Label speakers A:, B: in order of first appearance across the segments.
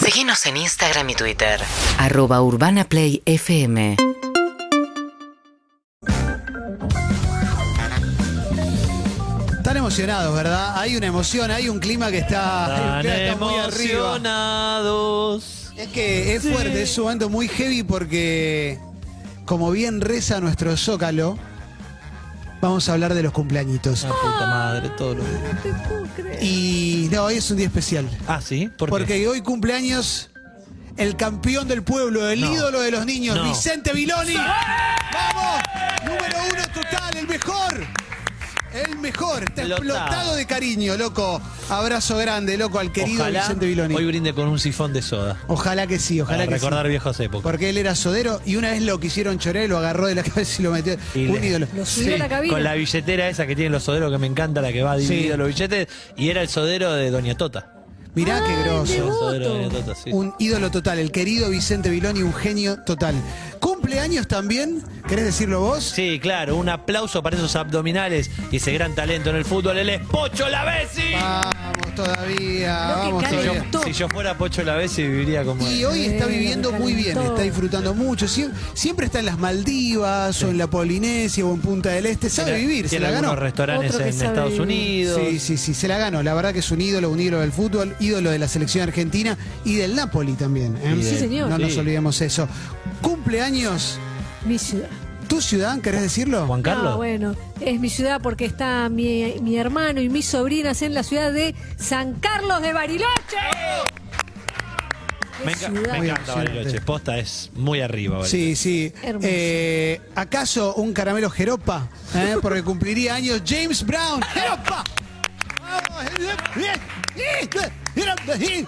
A: Seguinos en Instagram y Twitter.
B: Arroba Urbana Play FM.
C: Están emocionados, ¿verdad? Hay una emoción, hay un clima que está, el
D: Tan
C: clima está muy arriba.
D: emocionados.
C: Es que es fuerte, es un momento muy heavy porque, como bien reza nuestro zócalo, vamos a hablar de los cumpleañitos.
D: Una puta madre, todo lo
C: Y no, hoy es un día especial.
D: Ah, sí, ¿Por qué?
C: Porque hoy cumpleaños el campeón del pueblo, el
D: No.
C: ídolo de los niños,
D: No.
C: Vicente Viloni. ¡Vamos! Número uno total, el mejor. El mejor. Está
D: Explotado.
C: explotado de cariño, loco. Abrazo grande, loco, al querido
D: Ojalá
C: Vicente Viloni.
D: hoy brinde con un sifón de soda.
C: Ojalá que sí, ojalá
D: Para
C: que
D: recordar
C: sí.
D: viejas épocas.
C: Porque él era sodero y una vez lo quisieron chorar, lo agarró de la cabeza y lo metió.
D: Y
C: un
D: le-
C: ídolo.
E: Lo subió a la cabina.
D: Con la billetera esa que tienen los soderos que me encanta, la que va dividido los billetes. Y era el sodero de Doña Tota.
C: Mirá qué
D: Era
C: groso.
D: el
E: Devoto.
D: sodero de Doña Tota, sí.
C: Un ídolo total, el querido Vicente Viloni, un genio total. Cumpleaños también, ¿querés decirlo vos?
D: Sí, claro, un aplauso para esos abdominales y ese gran talento en el fútbol. Él es Pocho Lavesi.
C: Vamos todavía,
E: Lo que
C: vamos
D: Si
C: todavía.
D: yo, si yo fuera Pocho Lavesi viviría como él.
C: Y hoy está
E: Sí,
C: viviendo
E: lo
C: muy bien,
E: recalentó.
C: está disfrutando mucho. Siem- siempre está en las Maldivas o en la Polinesia o en Punta del Este. Sabe
D: Tiene-
C: vivir, se
D: tiene
C: la ganó.
D: algunos restaurantes
E: Otro
D: en
E: que sabe
D: Estados
E: vivir.
D: Unidos.
C: Sí, sí, sí, se la ganó. La verdad que es un ídolo, un ídolo del fútbol, ídolo de la selección argentina y del Napoli también. ¿eh?
D: Y Sí, del-
E: señor.
C: No nos
D: sí.
C: olvidemos eso. Cumpleaños,
E: Mi ciudad.
C: tu ciudad, ¿querés decirlo?
D: Juan Carlos.
E: No, bueno, es mi ciudad porque está mi, mi hermano y mis sobrinas en la ciudad de San Carlos de Bariloche.
D: Me,
E: Qué
D: enca-
E: ciudad.
C: Muy
D: me encanta Bariloche.
C: emocionante.
D: Posta es muy arriba,
C: Sí,
D: Bariloche.
C: sí.
E: Hermoso.
C: Eh, ¿Acaso un caramelo Jeropa? ¿Eh? Porque cumpliría años James Brown. ¡Jeropa! Vamos, eh,
D: Di-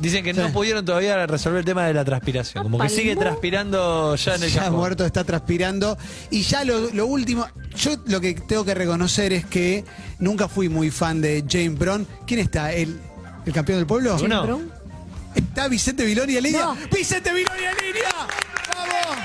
D: Dicen que no
C: Sí.
D: pudieron todavía resolver el tema de la transpiración. Como que
E: Opa,
D: sigue
E: limón.
D: transpirando ya en el
C: Ya
D: cajón.
C: muerto, está transpirando. Y ya lo, lo último, yo lo que tengo que reconocer es que nunca fui muy fan de James Brown. ¿Quién está? ¿El, el campeón del pueblo?
D: James No.
E: Bron.
C: ¿Está Vicente Viloni en línea?
E: No.
C: ¡Vicente Viloni en línea! ¡Vamos!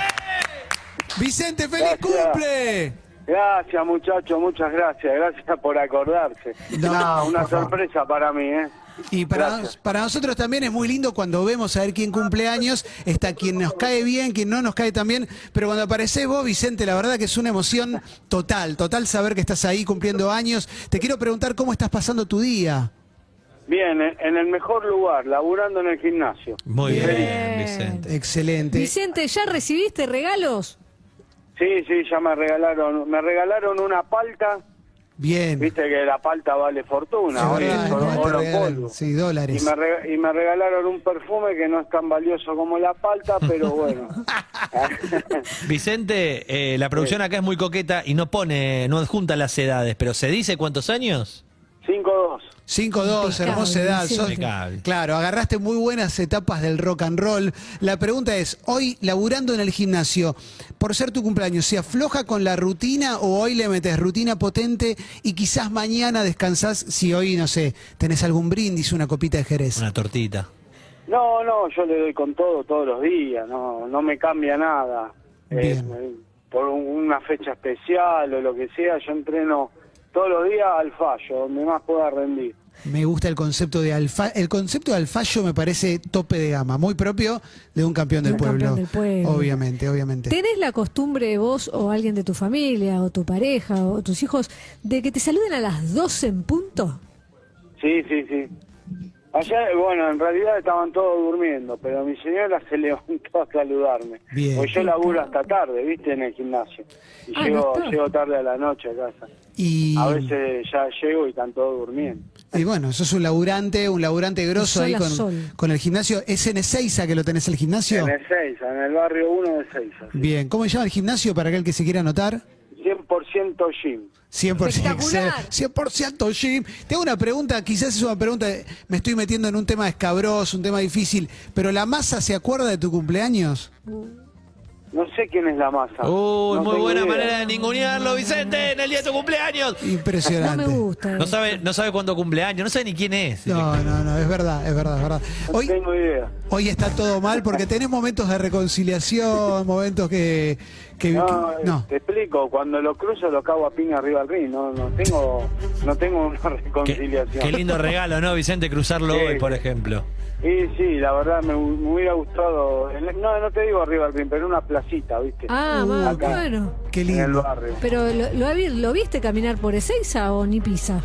C: ¡Vicente, feliz cumple!
F: Gracias muchachos, muchas gracias, gracias por acordarse.
C: No,
F: Nada, una
C: por favor.
F: sorpresa para mí, ¿eh?
C: Y para,
F: Gracias.
C: para nosotros también es muy lindo cuando vemos a ver quién cumple años, está quien nos cae bien, quien no nos cae tan bien, pero cuando apareces vos, Vicente, la verdad que es una emoción total, total saber que estás ahí cumpliendo años. Te quiero preguntar cómo estás pasando tu día.
F: Bien, en en el mejor lugar, laburando en el gimnasio.
D: Muy bien,
E: Bien.
D: Vicente.
C: Eh, Excelente.
E: Vicente, ¿ya recibiste regalos?
F: Sí, sí, ya me regalaron, me regalaron una palta,
C: Bien.
F: viste que la palta vale fortuna,
C: Es
F: hoy
C: verdad,
F: es
C: es verdad,
F: oro,
C: te
F: oro
C: regalan,
F: polvo.
C: sí,
F: Y
C: dólares.
F: me, re- y me regalaron un perfume que no es tan valioso como la palta, pero bueno.
D: Vicente, eh, la producción acá es muy coqueta y no pone, no adjunta las edades, pero ¿se dice cuántos años?
F: 5-2.
C: 5-2,
E: Impecable,
C: hermosa edad. sos-
D: Vicente.
C: claro, agarraste muy buenas etapas del rock and roll. La pregunta es, hoy laburando en el gimnasio, por ser tu cumpleaños, ¿se afloja con la rutina o hoy le metes rutina potente y quizás mañana descansás si hoy, no sé, tenés algún brindis, una copita de Jerez?
D: Una tortita.
F: No, no, yo le doy con todo todos los días, no, no me cambia nada. Eh,
C: Bien.
F: eh, por un- una fecha especial o lo que sea, yo entreno todos los días al fallo, donde más pueda rendir.
C: Me gusta el concepto de alfa, el concepto de alfallo me parece tope de gama, muy propio de un campeón del,
E: Un
C: pueblo.
E: campeón del pueblo.
C: Obviamente, obviamente.
E: ¿Tenés la costumbre vos o alguien de tu familia o tu pareja o tus hijos de que te saluden a las 12 en punto?
F: Sí, sí, sí. Ayer, bueno, en realidad estaban todos durmiendo, pero mi señora se levantó a saludarme.
C: Bien.
F: Pues yo laburo hasta tarde, ¿viste? En el gimnasio. Y
E: Ah,
F: llego,
E: no está.
F: llego tarde a la noche a casa.
C: Y...
F: A veces ya llego y están todos durmiendo.
C: Y bueno, sos un laburante, un laburante grosso
E: Sol
C: ahí
E: a
C: con,
E: sol.
C: con el gimnasio. ¿Es en Ezeiza que lo tenés el gimnasio?
F: En el 6, en el barrio 1 de 6.
C: Bien, ¿cómo se llama el gimnasio para aquel que se quiera anotar?
F: 100% gym.
C: 100%
E: Espectacular.
C: 100% Jim. Te hago una pregunta, quizás es una pregunta, me estoy metiendo en un tema escabroso, un tema difícil, pero ¿la masa se acuerda de tu cumpleaños?
F: No sé quién es la masa.
D: Uy,
F: Ah,
D: Oh,
F: No
D: muy
F: tengo
D: buena
F: idea.
D: manera de ningunearlo, Vicente, en el día de tu cumpleaños.
E: No
C: Impresionante.
E: me gusta.
D: No sabe, no sabe cuándo cumpleaños, no sabe ni quién es.
C: No, no, no, es verdad, es verdad, es verdad.
F: No
C: Hoy,
F: tengo idea.
C: Hoy está todo mal porque tenés momentos de reconciliación, momentos que... que-
F: No, este,
C: que- Eh, no.
F: te explico, cuando lo cruzo lo cago a piña arriba al ring, no, no tengo no tengo una
D: Qué,
F: reconciliación.
D: qué lindo regalo, ¿no, Vicente? Cruzarlo
F: Sí.
D: hoy, por ejemplo.
F: Y sí, la verdad me, hu- me hubiera gustado, en la- no, no te digo arriba al ring, pero en una placita, ¿viste?
E: Ah, va,
F: Acá,
E: bueno.
C: Uh, Qué
F: En el
C: lindo.
F: barrio.
E: Pero ¿lo, lo, vi- lo viste caminar por Ezeiza o ni pisa?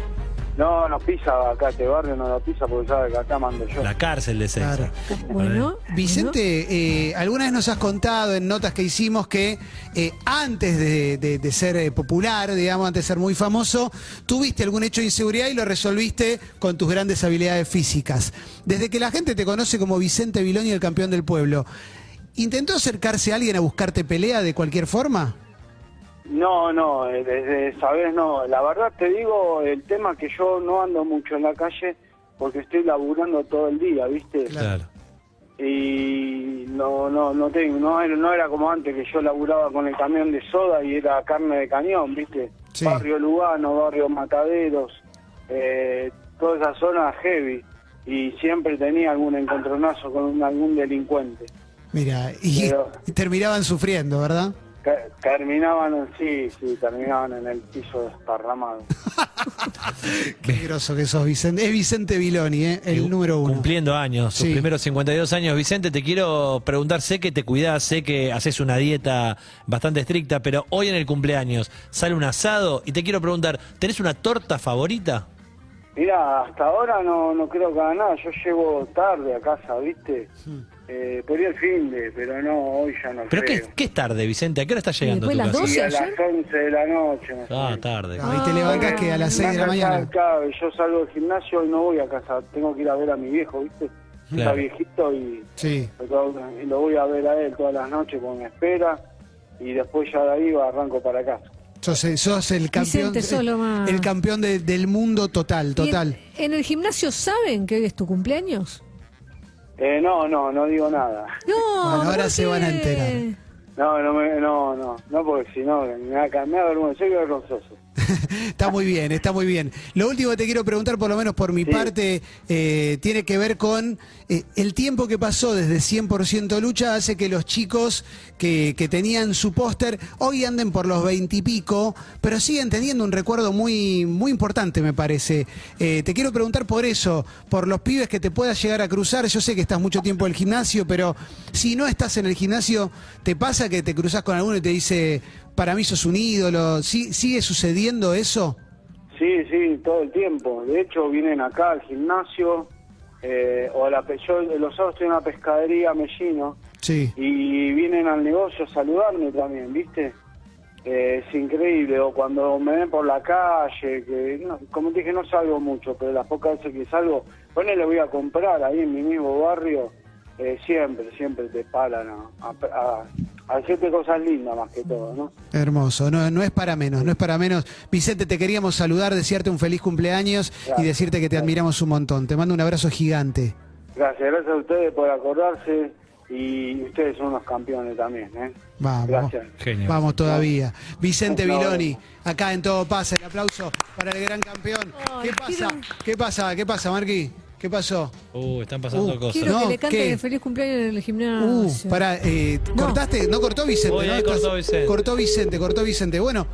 F: No, no pisa acá este barrio, no lo pisa porque sabe que acá mando yo.
D: La cárcel de César.
C: Claro.
E: Bueno.
C: Vicente, eh, alguna vez nos has contado en notas que hicimos que eh, antes de, de- de ser eh, popular, digamos, antes de ser muy famoso, tuviste algún hecho de inseguridad y lo resolviste con tus grandes habilidades físicas. Desde que la gente te conoce como Vicente Viloni, el campeón del pueblo, ¿intentó acercarse a alguien a buscarte pelea de cualquier forma?
F: No, no, eh, desde esa vez no. La verdad te digo, el tema que yo no ando mucho en la calle porque estoy laburando todo el día, ¿viste?
D: Claro.
F: y no no no tengo no era, no era como antes que yo laburaba con el camión de soda y era carne de cañón viste
C: Sí.
F: barrio Lugano barrio Mataderos eh, toda esa zona heavy y siempre tenía algún encontronazo con un- algún delincuente
C: Mira, y,
F: Pero-
C: y terminaban sufriendo, ¿verdad?
F: Ca- terminaban en- sí sí terminaban en el piso desparramado
C: Qué groso que sos, Vicente. Es Vicente Viloni, ¿eh? el número uno.
D: Cumpliendo años, sus
C: Sí.
D: primeros 52 años. Vicente, te quiero preguntar, sé que te cuidás, sé que haces una dieta bastante estricta, pero hoy en el cumpleaños sale un asado y te quiero preguntar, ¿tenés una torta favorita?
F: Mira, hasta ahora no, no creo que haga nada. Yo llego tarde a casa, ¿viste? Eh, por ir el fin de, pero no, hoy ya no
D: ¿Pero
F: creo.
D: qué, qué es tarde, Vicente? ¿A qué hora estás
E: Y
D: llegando a tu
E: después
D: casa?
E: las doce.
F: Y a las
E: ayer?
F: 11 de la noche. más o
D: Ah,
F: menos.
D: tarde.
C: Ah, y te levantás que a las 6 de la
F: Acá,
C: mañana.
F: claro, yo salgo del gimnasio y no voy a casa. Tengo que ir a ver a mi viejo, ¿viste? Está
D: Claro.
F: viejito y,
C: Sí.
F: y lo voy a ver a él todas las noches porque me espera. Y después ya de ahí arranco para casa.
C: Sos, sos el campeón,
E: Vicente Solomá.
C: el campeón de- del mundo total,
E: ¿Y en-
C: total.
E: ¿En el gimnasio saben que hoy es tu cumpleaños?
F: Eh, no, no, no digo nada.
E: No,
C: Bueno, ahora
E: ¿por
C: se van a
E: qué?
C: enterar.
F: No, no, me- no, no, no, porque si no, me da, me da vergüenza, soy vergonzoso.
C: está muy bien, está muy bien. Lo último que te quiero preguntar, por lo menos por mi
F: Sí.
C: parte, eh, tiene que ver con eh, el tiempo que pasó desde 100% lucha hace que los chicos que, que tenían su póster hoy anden por los 20 y pico, pero siguen teniendo un recuerdo muy, muy importante, me parece. Eh, te quiero preguntar por eso, por los pibes que te puedas llegar a cruzar. Yo sé que estás mucho tiempo en el gimnasio, pero si no estás en el gimnasio, ¿te pasa que te cruzas con alguno y te dice, para mí sos un ídolo? ¿Sí- ¿Sigue sucediendo eso?
F: Sí, sí, todo el tiempo. De hecho, vienen acá al gimnasio. eh, o a la pe- yo los sábados estoy en una pescadería mellino
C: Sí.
F: y vienen al negocio a saludarme también, ¿viste? Eh, es increíble. O cuando me ven por la calle, que no- como te dije, no salgo mucho, pero las pocas veces que salgo, bueno, le voy a comprar ahí en mi mismo barrio. eh, siempre, siempre te paran a, a- a- a hacerte cosas lindas más que todo, ¿no?
C: Hermoso, no, no es para menos, no es para menos. Vicente, te queríamos saludar, desearte un feliz cumpleaños y
F: Gracias.
C: decirte que te admiramos un montón. Te mando un abrazo gigante.
F: Gracias, gracias a ustedes por acordarse y ustedes son unos campeones también, ¿eh?
C: Vamos.
F: Gracias.
D: Genio.
C: Vamos todavía. Vicente
F: No,
C: Viloni, acá en Todo Pasa, el aplauso para el gran campeón.
E: Ay,
C: ¿Qué pasa?
E: quiero-
C: ¿Qué pasa? ¿Qué pasa, Marqui? ¿Qué pasó?
D: Uh, están pasando
C: Uh,
D: cosas.
E: Quiero
C: No,
E: que le cante
C: ¿qué?
E: feliz cumpleaños en el
C: Uh,
E: gimnasio.
C: pará, eh,
E: Ah, No.
C: ¿cortaste? No cortó Vicente.
D: Uy,
C: ¿no?
D: ahí
C: Estás-
D: cortó Vicente.
C: Cortó Vicente, cortó Vicente. Bueno,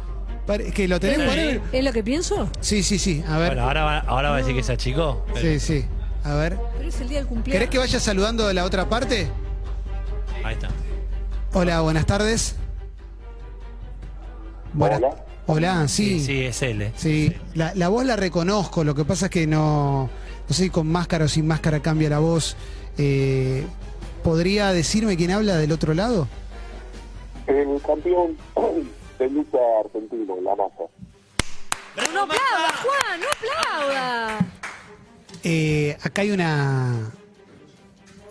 C: pare- que lo tenemos.
E: ¿Es,
C: Bueno,
E: es lo que pienso?
C: Sí, sí, sí. A ver.
D: Bueno, ahora va, ahora va a decir que se achicó. pero
C: Sí, sí. A ver.
E: Pero es el día del cumpleaños.
C: ¿Querés que vaya saludando de la otra parte?
D: Ahí está.
C: Hola, buenas tardes. Buenas-
F: Hola.
C: Hola,
D: Sí,
C: sí. Sí,
D: es él. eh.
C: La, la voz la reconozco, lo que pasa es que no, no sé si con máscara o sin máscara cambia la voz. Eh, ¿Podría decirme quién habla del otro lado?
G: El campeón de lucha argentino, la masa.
E: ¡No aplauda, Juan! ¡No aplauda!
C: Eh, acá hay una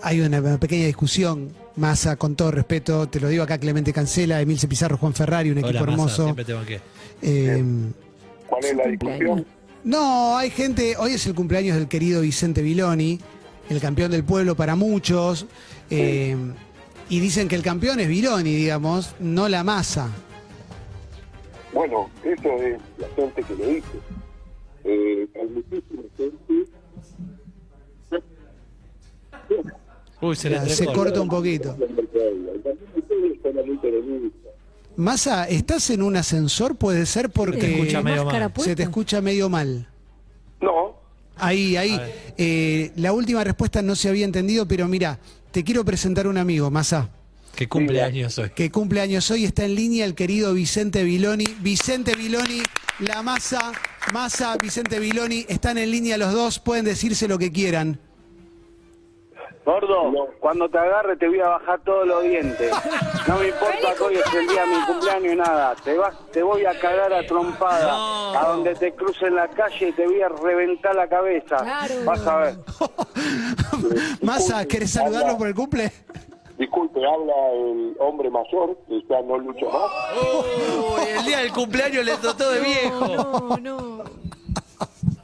C: hay una pequeña discusión, Massa, con todo respeto, te lo digo acá Clemente Cancela, Emilce Pizarro, Juan Ferrari, un
D: Hola,
C: equipo
D: Massa,
C: hermoso.
D: siempre te banqué.
C: Eh,
G: ¿Cuál es
E: Su
G: la
E: cumpleaños.
G: discusión?
C: No, hay gente. Hoy es el cumpleaños del querido Vicente Viloni, el campeón del pueblo para muchos. eh, y dicen que el campeón es Viloni, digamos, no la masa.
G: Bueno, eso es la gente que lo dice. Eh, hay muchísima gente.
D: Uy, se le
C: se
D: entrecorta.
C: corta un poquito.
G: El campeón del pueblo es solamente de mí.
C: Masa, ¿estás en un ascensor? Puede ser porque
D: Te escucha medio
E: máscara
D: mal.
E: puesta.
C: se te escucha medio mal.
F: No,
C: Ahí, ahí.
D: A ver.
C: Eh, la última respuesta no se había entendido, pero mira, te quiero presentar un amigo, Masa,
D: Que cumple años hoy.
C: que cumple años hoy, está en línea el querido Vicente Viloni. Vicente Viloni, la Masa, Masa, Vicente Viloni, están en línea los dos, pueden decirse lo que quieran.
F: gordo, cuando te agarre te voy a bajar todos los dientes. No me importa que hoy es el día de mi cumpleaños nada. Te, vas, te voy a cagar a trompada.
D: No.
F: A donde te cruce en la calle te voy a reventar la cabeza.
E: Claro.
F: Vas a ver.
C: Masa, ¿querés saludarlo por el cumple?
G: Disculpe, habla el hombre mayor, que ya no lucha más.
D: Uy, el día del cumpleaños le trató de viejo.
E: No, no,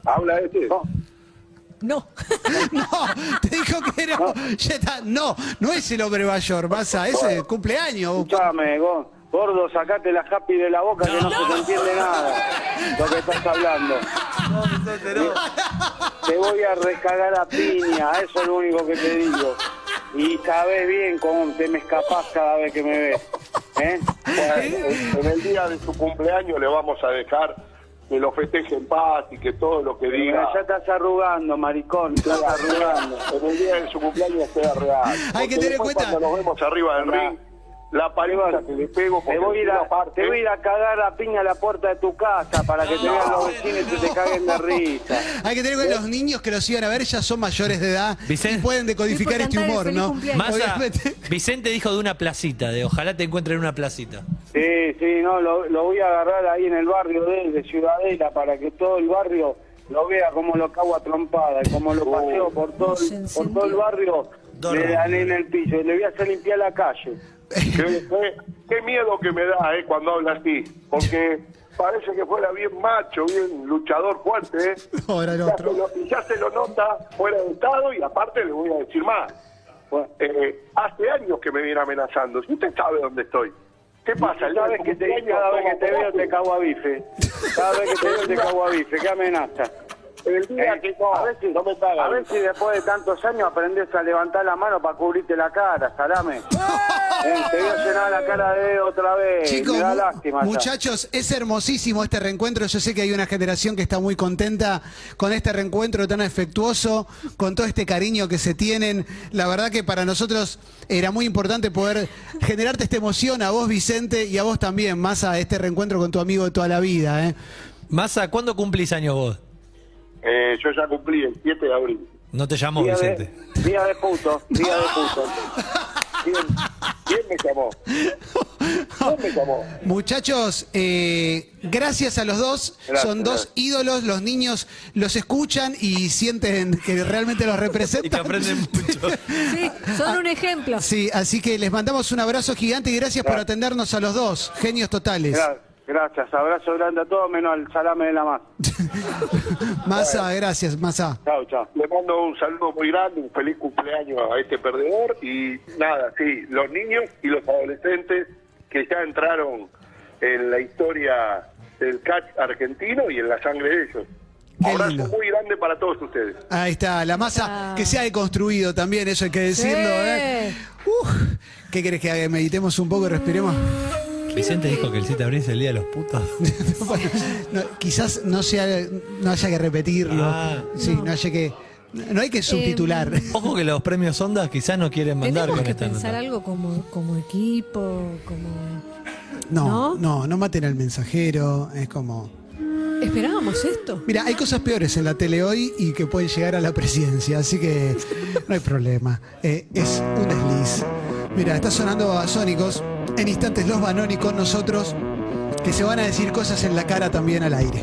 G: Habla este.
F: No,
E: no.
C: No, te dijo que era. ya está. No, no es el hombre mayor, Masa, es el cumpleaños.
F: escuchame, go- gordo, sacate la happy de la boca que no se te entiende nada lo que estás hablando. Te voy a recagar a piña, eso es lo único que te digo. Y sabes bien cómo te me escapás cada vez que me ves. ¿Eh?
G: En en el día de su cumpleaños le vamos a dejar que lo festeje en paz y que todo lo que diga.
F: Ya estás arrugando, maricón, estás arrugando.
G: En el día de su cumpleaños sea real. Porque
C: que tener en
F: pues,
G: después
C: cuenta-
G: Cuando nos vemos arriba del ring, la paliza que le pego porque ¿eh?
F: Te voy, a ir a,
G: encima parte-
F: te voy a ir a cagar a piña a la puerta de tu casa para que te vean los vecinos y se te caguen de risa.
C: Hay que tener en cuenta que los niños que los iban a ver ya son mayores de edad
D: Vicente.
C: y pueden decodificar
E: Sí, por
C: este
E: cantar el
C: humor,
E: feliz
C: ¿no?
E: cumpleaños.
D: Massa,
C: Obviamente.
D: Vicente dijo de una placita, de ojalá te encuentren en una placita.
F: Sí, sí, no, lo, lo voy a agarrar ahí en el barrio de él, de Ciudadela, para que todo el barrio lo vea como lo cago a trompada y como lo paseo por todo,
E: Se
F: el- por
E: encendió.
F: todo el barrio, le dan en el piso y le voy a hacer limpiar la calle.
G: Qué, qué- qué miedo que me da eh, cuando habla así, porque parece que fuera bien macho, bien luchador fuerte. eh.
C: No, era el
G: Ya
C: otro.
G: se lo- Y ya se lo nota fuera de estado y aparte le voy a decir más. Eh, hace años que me viene amenazando. Si usted sabe dónde estoy. ¿Qué pasa? El día
F: Cada
G: de
F: vez que te,
G: cumpleaños
F: cada vez
G: toma
F: que te veo
G: terapia.
F: te cago a bife. Cada vez que te veo te cago a bife. ¿Qué amenaza?
G: El día
F: Eh,
G: que no,
F: a ver si,
G: no me paga.
F: a ver si después de tantos años aprendes a levantar la mano para cubrirte la cara, salame. Eh, te voy a llenar la cara de dedo otra vez.
C: Chicos,
F: Eh, me da
C: mu-
F: lástima. ya.
C: muchachos, es hermosísimo este reencuentro. Yo sé que hay una generación que está muy contenta con este reencuentro tan afectuoso, con todo este cariño que se tienen. La verdad que para nosotros era muy importante poder generarte esta emoción a vos, Vicente, y a vos también, más a este reencuentro con tu amigo de toda la vida. ¿eh?
D: Massa, ¿cuándo cumplís años vos?
G: Eh, yo ya cumplí el 7 de abril.
D: No te llamó
F: Día
D: Vicente.
F: de, día de puto, día de puto.
G: ¿Quién, quién me llamó? ¿Quién me llamó?
C: Muchachos, eh, gracias a los dos.
G: Gracias,
C: Son dos
G: gracias.
C: ídolos. Los niños los escuchan y sienten que realmente los representan.
D: Y que aprenden mucho.
E: Sí, son un ejemplo.
C: Ah, Sí, así que les mandamos un abrazo gigante y gracias por atendernos a los dos, genios totales.
F: Gra- Gracias, abrazo grande a todos, menos al salame de la más.
C: Masa, gracias, Masa.
F: Chao, chao.
G: Le mando un saludo muy grande, un feliz cumpleaños a este perdedor y nada, sí, los niños y los adolescentes que ya entraron en la historia del catch argentino y en la sangre de ellos.
C: Qué
G: Abrazo
C: lindo.
G: muy grande para todos ustedes.
C: Ahí está, la masa que se ha deconstruido también, eso hay que decirlo. ¿eh? Uf, ¿Qué querés que haga? Meditemos un poco, respiremos.
D: Vicente dijo que el 7 de abril es el día de los putos.
C: Bueno, no, quizás no sea, no haya que repetirlo.
D: Ah.
C: sí, no. haya que. No hay que subtitular.
D: Ojo que los premios Ondas quizás no quieren mandar
E: Tenemos
D: con
E: que
D: esta
E: pensar
D: nota.
E: algo como, como equipo, como...
C: No,
E: ¿No?
C: no, no maten al mensajero. Es como.
E: ¿Esperábamos esto?
C: Mira, hay cosas peores en la tele hoy y que pueden llegar a la presidencia, así que no hay problema. Eh, es un desliz. Mira, está sonando Babasónicos. En instantes los Banoni con nosotros, que se van a decir cosas en la cara también al aire.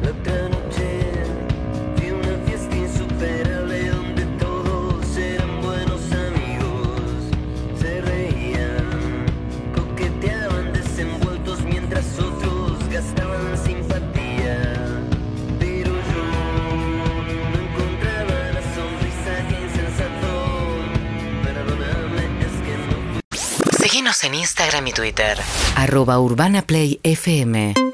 H: La noche fui una fiesta insuperable donde todos eran buenos amigos, se reían, coqueteaban desenvueltos mientras otros gastaban simpatía, pero yo no encontraba la sonrisa que insensato, perdóname es que no
A: Síguenos en Instagram y Twitter.
B: arroba urbanaplayfm.